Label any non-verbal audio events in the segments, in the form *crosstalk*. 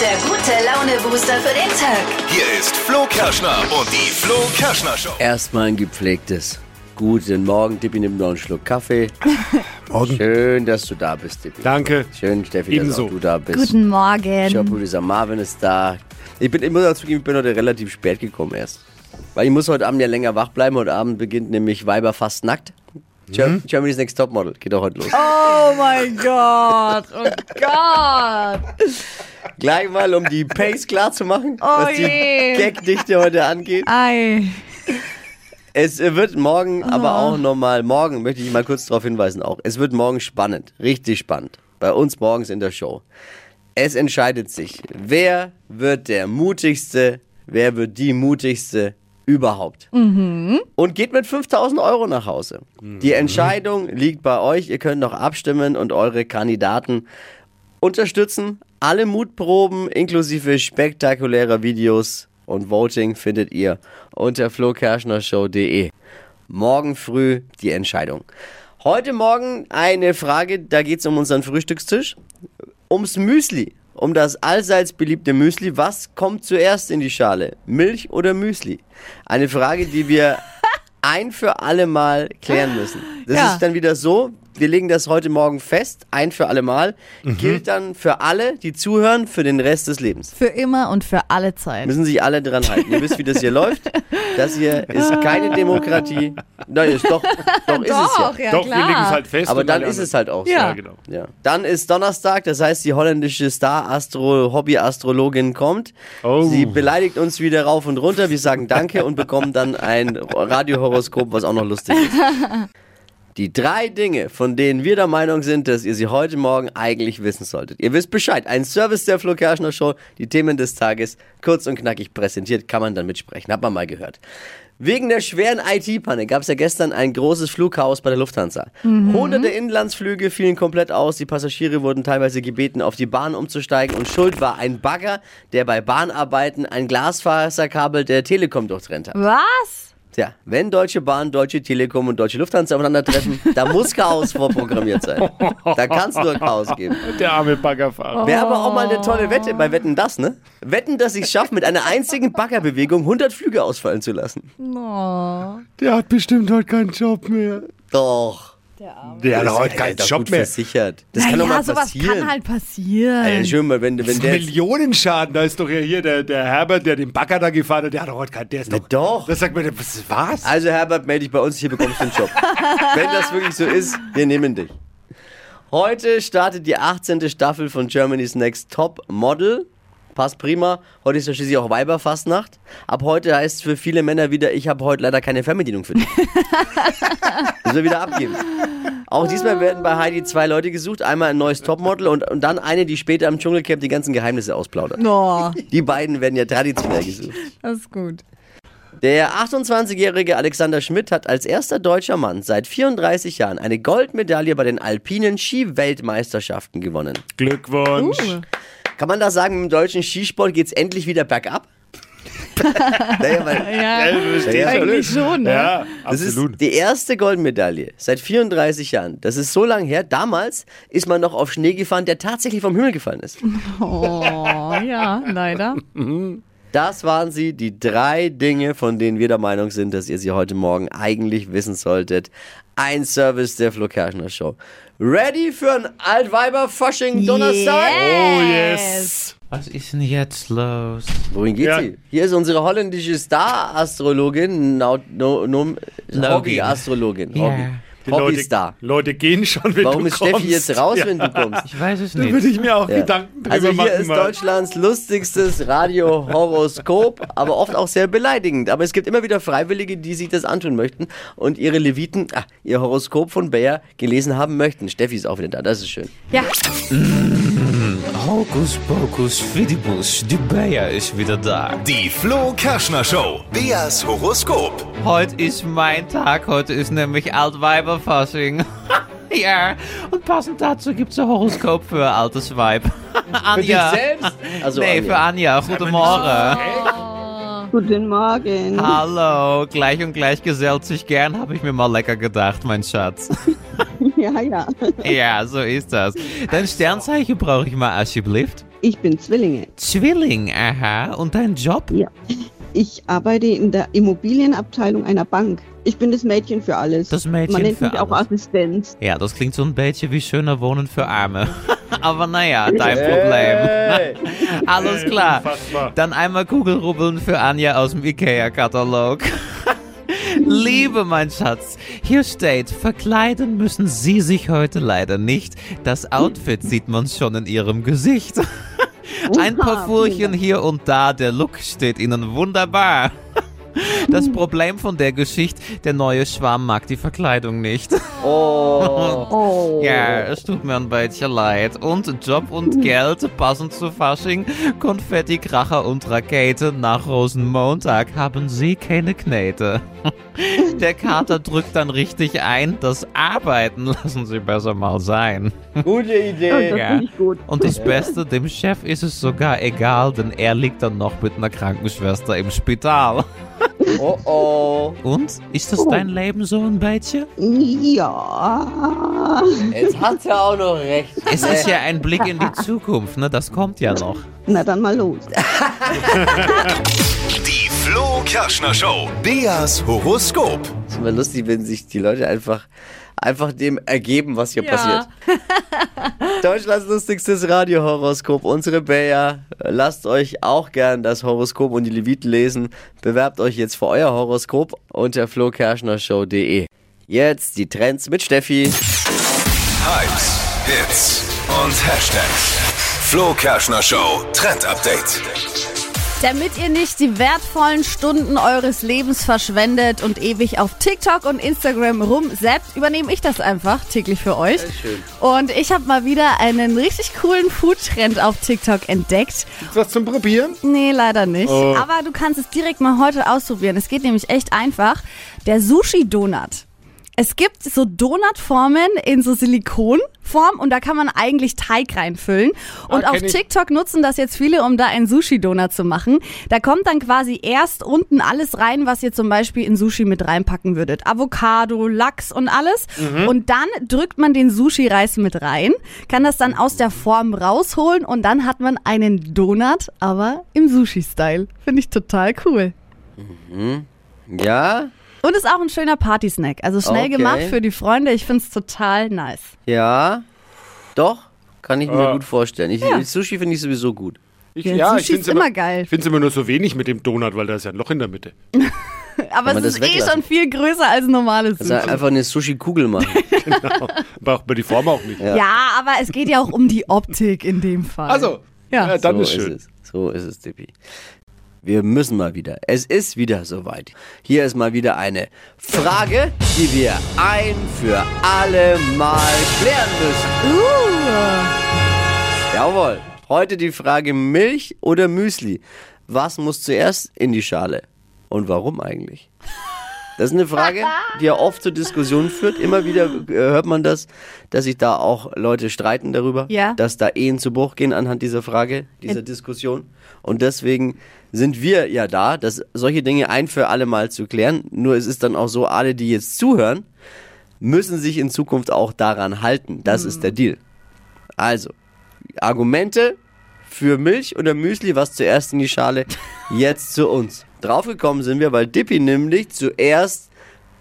Der gute Laune-Booster für den Tag. Hier ist Flo Kerschner und die Flo Kerschner Show. Erstmal ein gepflegtes. Guten Morgen, Dippi, nimm noch einen Schluck Kaffee. *laughs* Morgen. Schön, dass du da bist, Dippi. Danke. Schön, Steffi, dass Ebenso. auch du da bist. Guten Morgen. Schöpfung dieser Marvin ist da. Ich bin immer dazu, ich bin heute relativ spät gekommen erst. Weil ich muss heute Abend ja länger wach bleiben. Heute Abend beginnt nämlich Weiber fast nackt. Ger- Mhm. Germany's Next Topmodel geht doch heute los. Oh mein Gott. Oh Gott. Gleich mal, um *laughs* die Pace klar zu machen, was die Oh je. Gagdichte heute angeht. Ei. Es wird morgen aber auch nochmal, morgen möchte ich mal kurz darauf hinweisen auch, es wird morgen spannend, richtig spannend. Bei uns morgens in der Show. Es entscheidet sich, wer wird der mutigste, wer wird die mutigste überhaupt. Und geht mit 5000 Euro nach Hause. Die Entscheidung liegt bei euch, ihr könnt noch abstimmen und eure Kandidaten unterstützen. Alle Mutproben inklusive spektakulärer Videos und Voting findet ihr unter flokerschnershow.de. Morgen früh die Entscheidung. Heute Morgen eine Frage, da geht es um unseren Frühstückstisch. Ums Müsli, um das allseits beliebte Müsli. Was kommt zuerst in die Schale? Milch oder Müsli? Eine Frage, die wir ein für alle Mal klären müssen. Das Ja. ist dann wieder so, wir legen das heute Morgen fest, ein für alle Mal. Gilt dann für alle, die zuhören, für den Rest des Lebens. Für immer und für alle Zeit. Müssen sich alle dran halten. Ihr wisst, wie das hier läuft. Das hier ist keine Demokratie. Nein, ist doch, doch, ist es ja. Doch, ja Doch, klar. wir legen es halt fest. Aber und dann alle ist es anderen- halt auch so. Ja. Ja, genau. Ja. Dann ist Donnerstag, das heißt, die holländische Star-Astro-Hobby-Astrologin kommt. Oh. Sie beleidigt uns wieder rauf und runter. Wir sagen Danke und bekommen dann ein Radiohoroskop, was auch noch lustig ist. Die drei Dinge, von denen wir der Meinung sind, dass ihr sie heute Morgen eigentlich wissen solltet. Ihr wisst Bescheid. Ein Service der Flo Kerschner Show. Die Themen des Tages kurz und knackig präsentiert. Kann man dann mitsprechen. Hat man mal gehört. Wegen der schweren IT-Panne gab es ja gestern ein großes Flugchaos bei der Lufthansa. Hunderte Inlandsflüge fielen komplett aus. Die Passagiere wurden teilweise gebeten, auf die Bahn umzusteigen. Und schuld war ein Bagger, der bei Bahnarbeiten ein Glasfaserkabel der Telekom durchtrennt hat. Was? Tja, wenn Deutsche Bahn, Deutsche Telekom und Deutsche Lufthansa aufeinandertreffen, da muss Chaos vorprogrammiert sein. Da kann es nur Chaos geben. Der arme Baggerfahrer. Wäre aber auch mal eine tolle Wette bei Wetten das, ne? Wetten, dass ich es schaffe, mit einer einzigen Baggerbewegung 100 Flüge ausfallen zu lassen. Oh. Der hat bestimmt heute keinen Job mehr. Doch. Der hat heute Alter, keinen doch Job gut mehr. versichert. Das Naja, kann doch mal sowas passieren. kann halt passieren. Ey, schön mal, wenn, wenn Das ist der. Millionenschaden. Da ist doch ja hier der, der Herbert, der den Bagger da gefahren hat. Der hat doch heute keinen. Der ist Na doch. Ne, doch. Das sagt mir, was? was? Also Herbert, melde dich bei uns, hier bekommst du einen Job. Wenn das wirklich so ist, wir nehmen dich. Heute startet die 18. Staffel von Germany's Next Top Model. Passt prima. Heute ist ja schließlich auch Weiberfastnacht. Ab heute heißt es für viele Männer wieder, ich habe heute leider keine Fernbedienung für dich. Das wir wieder abgeben. Auch diesmal werden bei Heidi zwei Leute gesucht. Einmal ein neues Topmodel und, und dann eine, die später im Dschungelcamp die ganzen Geheimnisse ausplaudert. Oh, Die beiden werden ja traditionell gesucht. das ist gut. Der 28-jährige Alexander Schmidt hat als erster deutscher Mann seit 34 Jahren eine Goldmedaille bei den alpinen Skiweltmeisterschaften gewonnen. Glückwunsch. Uh. Kann man da sagen, im deutschen Skisport geht's endlich wieder bergab? *laughs* naja, weil Ja, Äh, verstehst du? eigentlich schon, ne? Ja, das ist absolut. die erste Goldmedaille seit 34 Jahren. Das ist so lang her. Damals ist man noch auf Schnee gefahren, der tatsächlich vom Himmel gefallen ist. Oh, ja, leider. Das waren sie, die drei Dinge, von denen wir der Meinung sind, dass ihr sie heute Morgen eigentlich wissen solltet. Ein Service der Flo Kerschner Show. Ready für ein Altweiber-Fasching-Donnerstag? oh yes. Was ist denn jetzt los? Oh, Wohin geht Ja. sie? Hier ist unsere holländische Star-Astrologin, no, no, no, Hobby-Astrologin. Ja. Die Hobby. Hobby-Star. Leute gehen schon, wenn Warum *laughs* du ist kommst. Steffi jetzt raus, wenn du kommst? Ich weiß *laughs* es Da würde nicht. ich mir auch Ja. Gedanken drüber Also hier machen. ist mal. Deutschlands lustigstes Radiohoroskop, *laughs* aber oft auch sehr beleidigend. Aber es gibt immer wieder Freiwillige, die sich das antun möchten und ihre Leviten, ah, ihr Horoskop von Bayer gelesen haben möchten. Steffi ist auch wieder da, das ist schön. Ja, Hokus pokus fidibus, die Bayer ist wieder da. Die Flo Kerschner Show. Beas Horoskop. Heute ist mein Tag, heute ist nämlich Altweiberfassing. *laughs* ja, und passend dazu gibt's ein Horoskop für altes Weib. Anja. Also nee, für Anja. Anja, guten Morgen. Guten Morgen. Hallo, gleich und gleich gesellt sich gern, habe ich mir mal lecker gedacht, mein *laughs* Schatz. *laughs* Ja, ja. ja, so ist das. Dein Sternzeichen brauche ich mal, alsjeblieft. Ich bin Zwillinge. Zwilling, aha. Und dein Job? Ja. Ich arbeite in der Immobilienabteilung einer Bank. Ich bin das Mädchen für alles. Das Mädchen Man nennt für mich auch alles. Assistenz. Ja, das klingt so ein beetje wie schöner Wohnen für Arme. Aber naja, dein Problem. *laughs* Alles klar. unfassbar. Dann einmal Kugelrubbeln für Anja aus dem Ikea-Katalog. Liebe mein Schatz, hier steht, verkleiden müssen Sie sich heute leider nicht. Das *laughs* Outfit sieht man schon in Ihrem Gesicht. Ein paar Oha, Furchen vielen Dank. hier und da, der Look steht Ihnen wunderbar. Mhm. Das Problem von der Geschichte, der neue Schwarm mag die Verkleidung nicht. Oh. Oh. *laughs* Mhm. Ja, es tut mir ein bisschen leid. Und Job und Geld, passend zu Fasching, Konfetti, Kracher und Rakete, nach Rosenmontag haben sie keine Knete. Der Kater drückt dann richtig ein, das Arbeiten *laughs* lassen sie besser mal sein. Gute Idee. Oh, Das finde ich gut. Und das Beste, dem Chef ist es sogar egal, denn er liegt dann noch mit einer Krankenschwester im Spital. Oh oh. Und, ist das dein Leben so ein bisschen? Ja. Jetzt hat er auch noch recht. Es ist ja ein Blick in die Zukunft, ne? Das kommt ja noch. Na dann mal los. Die Flo Kerschner Show. Beas Horoskop. Es ist immer lustig, wenn sich die Leute einfach, einfach dem ergeben, was hier Ja. passiert. Deutschlands lustigstes Radiohoroskop, unsere Bayer. Lasst euch auch gern das Horoskop und die Leviten lesen. Bewerbt euch jetzt für euer Horoskop unter flokerschnershow.de. Jetzt die Trends mit Steffi. Hypes, Hits und Hashtags. Flo Kerschner Show Trend Update. Damit ihr nicht die wertvollen Stunden eures Lebens verschwendet und ewig auf TikTok und Instagram rumsappt, übernehme ich das einfach täglich für euch. Und ich habe mal wieder einen richtig coolen Foodtrend auf TikTok entdeckt. Was zum Probieren? Nee, leider nicht. Oh. Aber du kannst es direkt mal heute ausprobieren. Es geht nämlich echt einfach. Der Sushi-Donut. Es gibt so Donutformen in so Silikonform und da kann man eigentlich Teig reinfüllen. Und Ah, auf kenn ich. TikTok nutzen das jetzt viele, um da einen Sushi-Donut zu machen. Da kommt dann quasi erst unten alles rein, was ihr zum Beispiel in Sushi mit reinpacken würdet. Avocado, Lachs und alles. Mhm. Und dann drückt man den Sushi-Reis mit rein, kann das dann aus der Form rausholen und dann hat man einen Donut, aber im Sushi-Style. Finde ich total cool. Ja? Und ist auch ein schöner Partysnack. Also schnell Okay. gemacht für die Freunde. Ich find's total nice. Ja? Doch? Kann ich mir Ja. gut vorstellen. Ich, Ja. Sushi finde ich sowieso gut. Ich, Ja, Sushi ist find's immer geil. Ich finde es immer nur so wenig mit dem Donut, weil da ist ja ein Loch in der Mitte. Aber man es ist das eh weglassen? schon viel größer als normales Also Sushi. einfach eine Sushi-Kugel machen. Braucht man die Form auch äh, nicht. ja. aber es geht ja auch um die Optik in dem Fall. Also, Ja. äh, dann so ist schön. es. So ist es, Dippi. Wir müssen mal wieder. Es ist wieder soweit. Hier ist mal wieder eine Frage, die wir ein für alle Mal klären müssen. Jawohl. Heute die Frage Milch oder Müsli. Was muss zuerst in die Schale? Und warum eigentlich? Das ist eine Frage, die ja oft zur Diskussion führt. Immer wieder äh, hört man das, dass sich da auch Leute streiten darüber, Ja. dass da Ehen zu Bruch gehen anhand dieser Frage, dieser Diskussion. Und deswegen sind wir ja da, dass solche Dinge ein für alle Mal zu klären. Nur es ist dann auch so, alle, die jetzt zuhören, müssen sich in Zukunft auch daran halten. Das ist der Deal. Also, Argumente für Milch oder Müsli, was zuerst in die Schale, jetzt zu uns. Draufgekommen sind wir, weil Dippy nämlich zuerst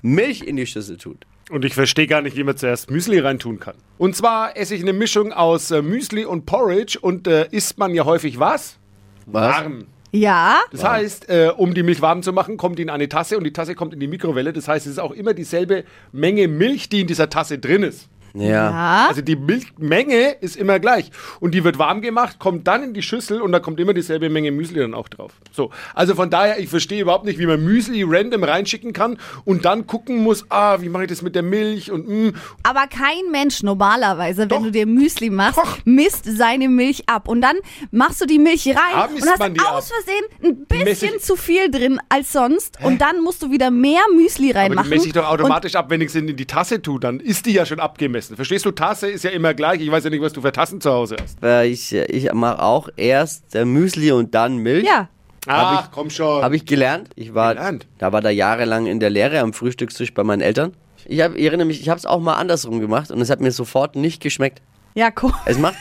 Milch in die Schüssel tut. Und ich verstehe gar nicht, wie man zuerst Müsli reintun kann. Und zwar esse ich eine Mischung aus äh, Müsli und Porridge und äh, isst man ja häufig was? Was? Warm. Ja, Das heißt, äh, um die Milch warm zu machen, kommt die in eine Tasse und die Tasse kommt in die Mikrowelle. Das heißt, es ist auch immer dieselbe Menge Milch, die in dieser Tasse drin ist. Ja. Ah. Also die Milchmenge ist immer gleich. Und die wird warm gemacht, kommt dann in die Schüssel und da kommt immer dieselbe Menge Müsli dann auch drauf. So. Also von daher, ich verstehe überhaupt nicht, wie man Müsli random reinschicken kann und dann gucken muss, ah, wie mache ich das mit der Milch und hm. mh. aber kein Mensch normalerweise, Doch. wenn du dir Müsli machst, Doch. misst seine Milch ab. Und dann machst du die Milch rein Ah, misst und hast man die ab. aus Versehen ein bisschen Messe ich- zu viel drin als sonst. Und dann musst du wieder mehr Müsli Aber die reinmachen. messe ich doch automatisch ab, wenn ich es in die Tasse tue, dann ist die ja schon abgemessen. Verstehst du, Tasse ist ja immer gleich. Ich weiß ja nicht, was du für Tassen zu Hause hast. Äh, Ich, ich mache auch erst äh, Müsli und dann Milch. Und, ja, Ah, komm schon. Habe ich gelernt. Ich war, Gelernt. da war da jahrelang in der Lehre am Frühstückstisch bei meinen Eltern. Ich, hab, ich erinnere mich, ich habe es auch mal andersrum gemacht und es hat mir sofort nicht geschmeckt. ja, cool. *laughs* *laughs* Es macht,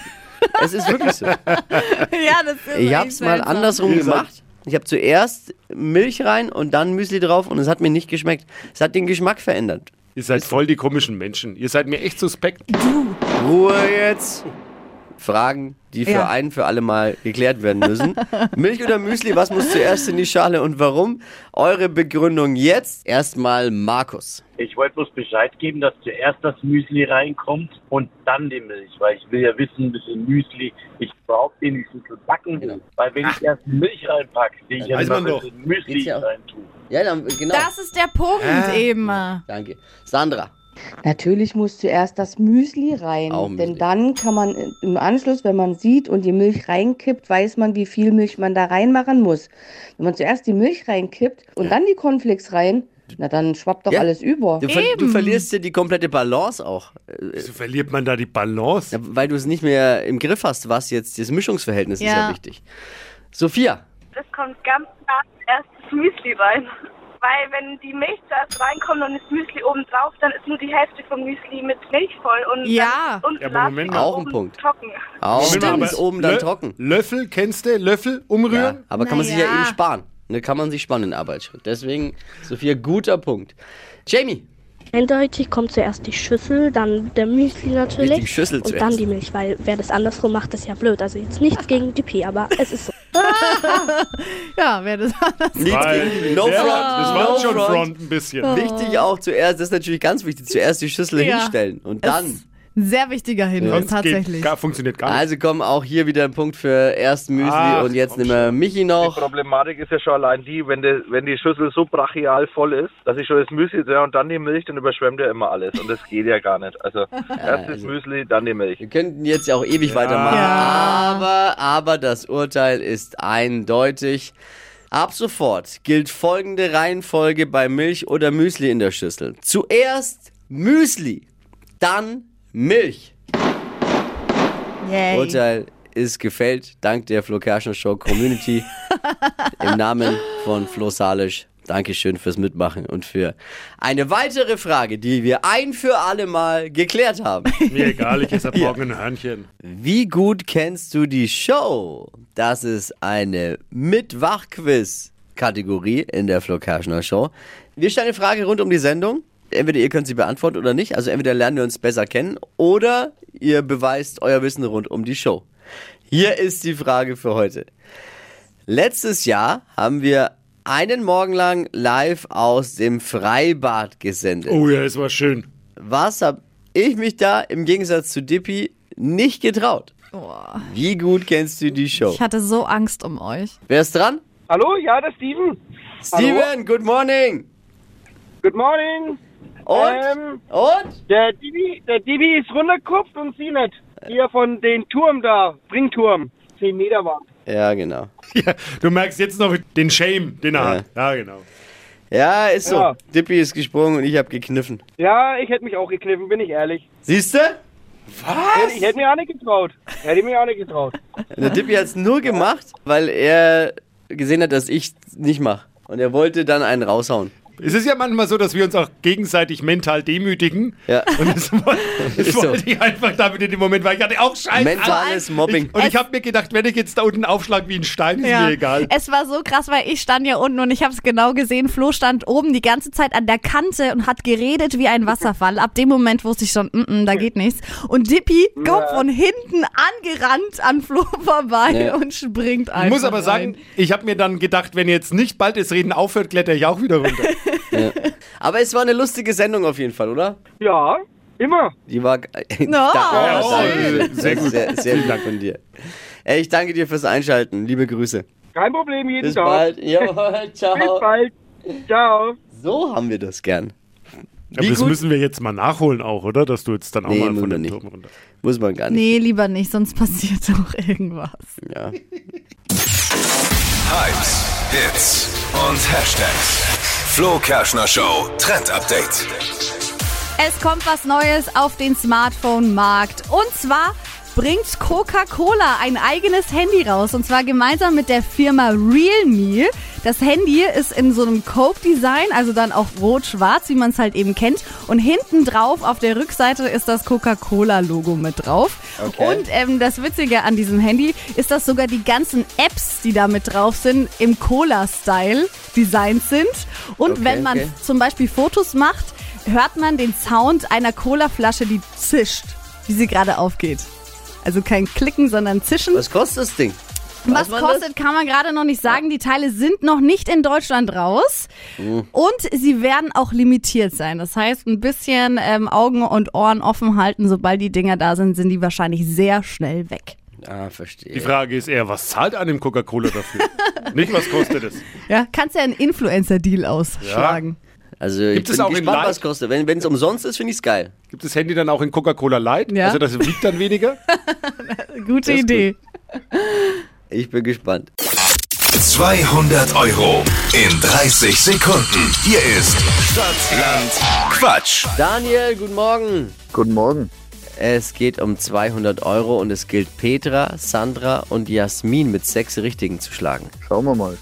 Es ist wirklich so. ja, das ist Ich echt hab's mal seltsam. andersrum Wie gesagt. gemacht. Ich habe zuerst Milch rein und dann Müsli drauf und es hat mir nicht geschmeckt. Es hat den Geschmack verändert. Ihr seid voll die komischen Menschen. Ihr seid mir echt suspekt. Ruhe jetzt. Fragen, die für Ja. ein für alle Mal geklärt werden *laughs* müssen. Milch oder Müsli, was muss zuerst in die Schale und warum? Eure Begründung jetzt. Erstmal Markus. Ich wollte bloß Bescheid geben, dass zuerst das Müsli reinkommt und dann die Milch, weil ich will ja wissen, ein bisschen Müsli, ich überhaupt wenigstens zu backen Genau. will. Weil wenn ich erst Milch reinpacke, sehe ich ja weiß immer, man wenn doch. ich ein Müsli Geht's ja auch. rein tue. Ja, dann, genau. Das ist der Punkt eben. Ja, Danke. Sandra. Natürlich muss zuerst das Müsli rein, Auch Müsli. denn dann kann man im Anschluss, wenn man sieht und die Milch reinkippt, weiß man, wie viel Milch man da reinmachen muss. Wenn man zuerst die Milch reinkippt und dann die Cornflakes rein, na dann schwappt doch Ja. alles über. Du, ver du verlierst dir die komplette Balance auch, äh, Wieso verliert man da die Balance? ja, weil du es nicht mehr im Griff hast, was jetzt das Mischungsverhältnis ist ja Ja. wichtig. Sophia, Es kommt ganz klar erst das Müsli rein. *laughs* Weil wenn die Milch zuerst reinkommt und das Müsli oben drauf, dann ist nur die Hälfte vom Müsli mit Milch voll. Und Ja. dann, und Ja, aber Moment mal. Auch ein Punkt. Trocken. auch Moment mal, ist aber oben dann Lö- trocken. Löffel, kennst du? Löffel umrühren? Ja, aber kann man sich ja Naja. eben sparen. Ne, kann man sich sparen, den Arbeitsschritt. Deswegen, Sophia, guter Punkt. Jamie, Eindeutig kommt zuerst die Schüssel, dann der Müsli natürlich. die Schüssel zuerst. Milch, weil wer das andersrum macht, ist ja blöd. Also jetzt nichts gegen DP, aber es ist so. wer das Nichts Weil- gegen- no Ja, front, Das war no schon front. Front ein bisschen. Oh, Wichtig auch zuerst, das ist natürlich ganz wichtig, zuerst die Schüssel Ja. hinstellen und dann. ein sehr wichtiger Hinweis, Sonst tatsächlich. Geht, gar, funktioniert gar nicht. Also komm, auch hier wieder ein Punkt für erst Müsli Ach, und jetzt komm nehmen wir Michi noch. Problematik ist ja schon allein die, wenn, die, wenn die Schüssel so brachial voll ist, dass ich schon das Müsli sehe und dann die Milch, dann überschwemmt ja immer alles. Und das geht ja gar nicht. Also erst das also- Müsli, dann die Milch. Wir könnten jetzt ja auch ewig weitermachen. Aber, aber das Urteil ist eindeutig. Ab sofort gilt folgende Reihenfolge bei Milch oder Müsli in der Schüssel. Zuerst Müsli, dann Milch. Yay. Urteil ist gefällt, dank der Flo Kerschner Show Community. Im Namen von Flo Salisch. Dankeschön fürs Mitmachen und für eine weitere Frage, die wir ein für alle Mal geklärt haben. Mir egal, ich *laughs* esse ab morgen ein Hörnchen. Wie gut kennst du die Show? Das ist eine Mitwachquiz-Kategorie in der Flo Kerschner Show. Wir stellen eine Frage rund um die Sendung. Entweder ihr könnt sie beantworten oder nicht. Also entweder lernen wir uns besser kennen oder ihr beweist euer Wissen rund um die Show. Hier ist die Frage für heute. Letztes Jahr haben wir einen Morgen lang live aus dem Freibad gesendet. Oh ja, es war schön. Was hab ich mich da im Gegensatz zu Dippy nicht getraut? Wie gut kennst du die Show? Ich hatte so Angst um euch. Wer ist dran? Hallo, ja, der Steven. Steven, good morning! Good morning. Ähm, Und? Ähm. und? Der Dibi, der Dibi ist runtergekupft und sie nicht. Hier von den Turm da, Springturm. 10 Meter war. Ja, genau. Ja, du merkst jetzt noch den Shame, den er Ja. hat. Ja, genau. Ja, ist so. Ja. Dippy ist gesprungen und ich hab gekniffen. Ja, ich hätte mich auch gekniffen, bin ich ehrlich. Siehst du? Ich hätte mir auch nicht getraut. Hätte ich mir auch nicht getraut. Der Dippy hat's nur gemacht, weil er gesehen hat, dass ich nicht mache. Und er wollte dann einen raushauen. Es ist ja manchmal so, dass wir uns auch gegenseitig mental demütigen. Ja. *laughs* Und das, woll- das Ist so. wollte ich einfach damit in dem Moment, weil ich hatte auch Scheiße. Mentales Mobbing. Ich, und ich habe mir gedacht, wenn ich jetzt da unten aufschlag wie ein Stein, ist mir egal. Es war so krass, weil ich stand ja unten und ich habe es genau gesehen. Flo stand oben die ganze Zeit an der Kante und hat geredet wie ein Wasserfall. Ab dem Moment wusste ich schon, mm -mm, da geht nichts. Und Dippy kommt von hinten angerannt an Flo vorbei Ja. und springt einfach Ich muss aber rein. sagen, ich habe mir dann gedacht, wenn jetzt nicht bald das Reden aufhört, kletter ich auch wieder runter. Aber es war eine lustige Sendung auf jeden Fall, oder? Ja, immer. Die war. *laughs* No. Da- Oh, danke. schön. Sehr gut. Sehr, sehr lieb von dir. Ey, ich danke dir fürs Einschalten. Liebe Grüße. Kein Problem, jeden Bis Tag. bald. Jawohl, Bis ciao. bald. Ciao. So haben wir das gern. *laughs* Aber Wie das gut- müssen wir jetzt mal nachholen auch, oder? Dass du jetzt dann auch Nee, mal müssen von wir dem nicht. Turm runter. Muss man gar nicht. Nee, lieber nicht, sonst passiert *laughs* auch irgendwas. Ja. Hypes, Hits und Hashtags. Flo Kerschner Show Trend Update. Es kommt was Neues auf den Smartphone-Markt. Und zwar bringt Coca-Cola ein eigenes Handy raus und zwar gemeinsam mit der Firma Realme. Das Handy ist in so einem Coke-Design, also dann auch rot-schwarz, wie man es halt eben kennt. Und hinten drauf auf der Rückseite ist das Coca-Cola-Logo mit drauf. Okay. Und ähm, das Witzige an diesem Handy ist, dass sogar die ganzen Apps, die da mit drauf sind, im Cola-Style designt sind. Und Okay, wenn man okay. zum Beispiel Fotos macht, hört man den Sound einer Colaflasche, die zischt, wie sie gerade aufgeht. Also kein Klicken, sondern Zischen. Was kostet das Ding? Was man kostet, kann man gerade noch nicht sagen. Die Teile sind noch nicht in Deutschland raus. Hm. Und sie werden auch limitiert sein. Das heißt, ein bisschen ähm, Augen und Ohren offen halten. Sobald die Dinger da sind, sind die wahrscheinlich sehr schnell weg. Ah, verstehe. Die Frage ist eher, was zahlt einem Coca-Cola dafür? Nicht, was kostet es? Ja, kannst ja einen Influencer-Deal ausschlagen. Also ich Gibt bin es auch in gespannt, Light? was kostet. Wenn es umsonst ist, finde ich es geil. Gibt das Handy dann auch in Coca-Cola Light? Ja. Also das wiegt dann weniger? Gute Das ist Idee. Ich bin gespannt. 200 Euro in 30 Sekunden. Hier ist Stadtland Quatsch. Daniel, guten Morgen. Guten Morgen. Es geht um 200 Euro und es gilt Petra, Sandra und Jasmin mit sechs Richtigen zu schlagen. Schauen wir *laughs* mal.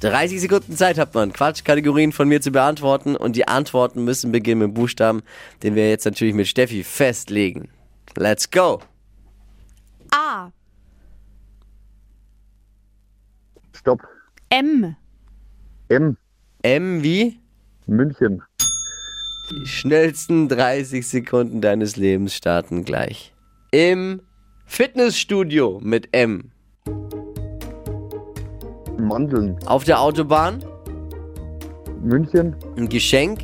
30 Sekunden Zeit hat man, Quatschkategorien von mir zu beantworten und die Antworten müssen beginnen mit dem Buchstaben, den wir jetzt natürlich mit Steffi festlegen. Let's go. A. Stopp. M. M. M wie? München. Die schnellsten 30 Sekunden deines Lebens starten gleich. Im Fitnessstudio mit M. Mandeln. Auf der Autobahn. München. Ein Geschenk.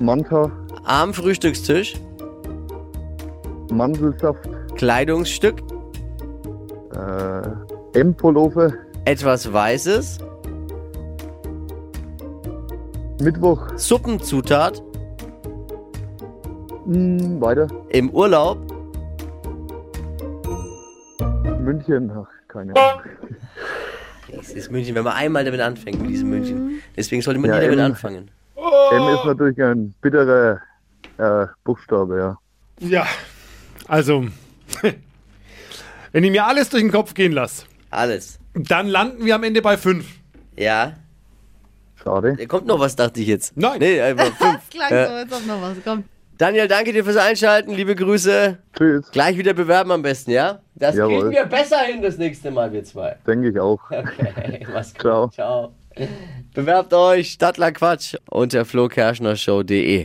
Manta. Am Frühstückstisch. Mandelsaft. Kleidungsstück. Äh, M-Pullover. Etwas Weißes. Mittwoch. Suppenzutat. Hm, weiter. Im Urlaub. München. Ach, keine Ahnung. Es ist München, wenn man einmal damit anfängt, mit diesem München. Deswegen sollte man Ja, nie damit M. anfangen. M ist natürlich ein bitterer äh, Buchstabe, ja. Ja, also, *laughs* wenn ich mir alles durch den Kopf gehen lasse. Alles. Dann landen wir am Ende bei fünf. Ja. Schade. Da kommt noch was, dachte ich jetzt. Nein. Nee, einfach fünf. Klang Ja. so, als ob noch was kommt. Daniel, danke dir fürs Einschalten. Liebe Grüße. Tschüss. Gleich wieder bewerben am besten, ja? Das Jawohl. kriegen wir besser hin das nächste Mal, wir zwei. Denke ich auch. *laughs* Okay, mach's gut. Ciao. Ciao. Bewerbt euch, Stadtler Quatsch, unter flokerschnershow.de.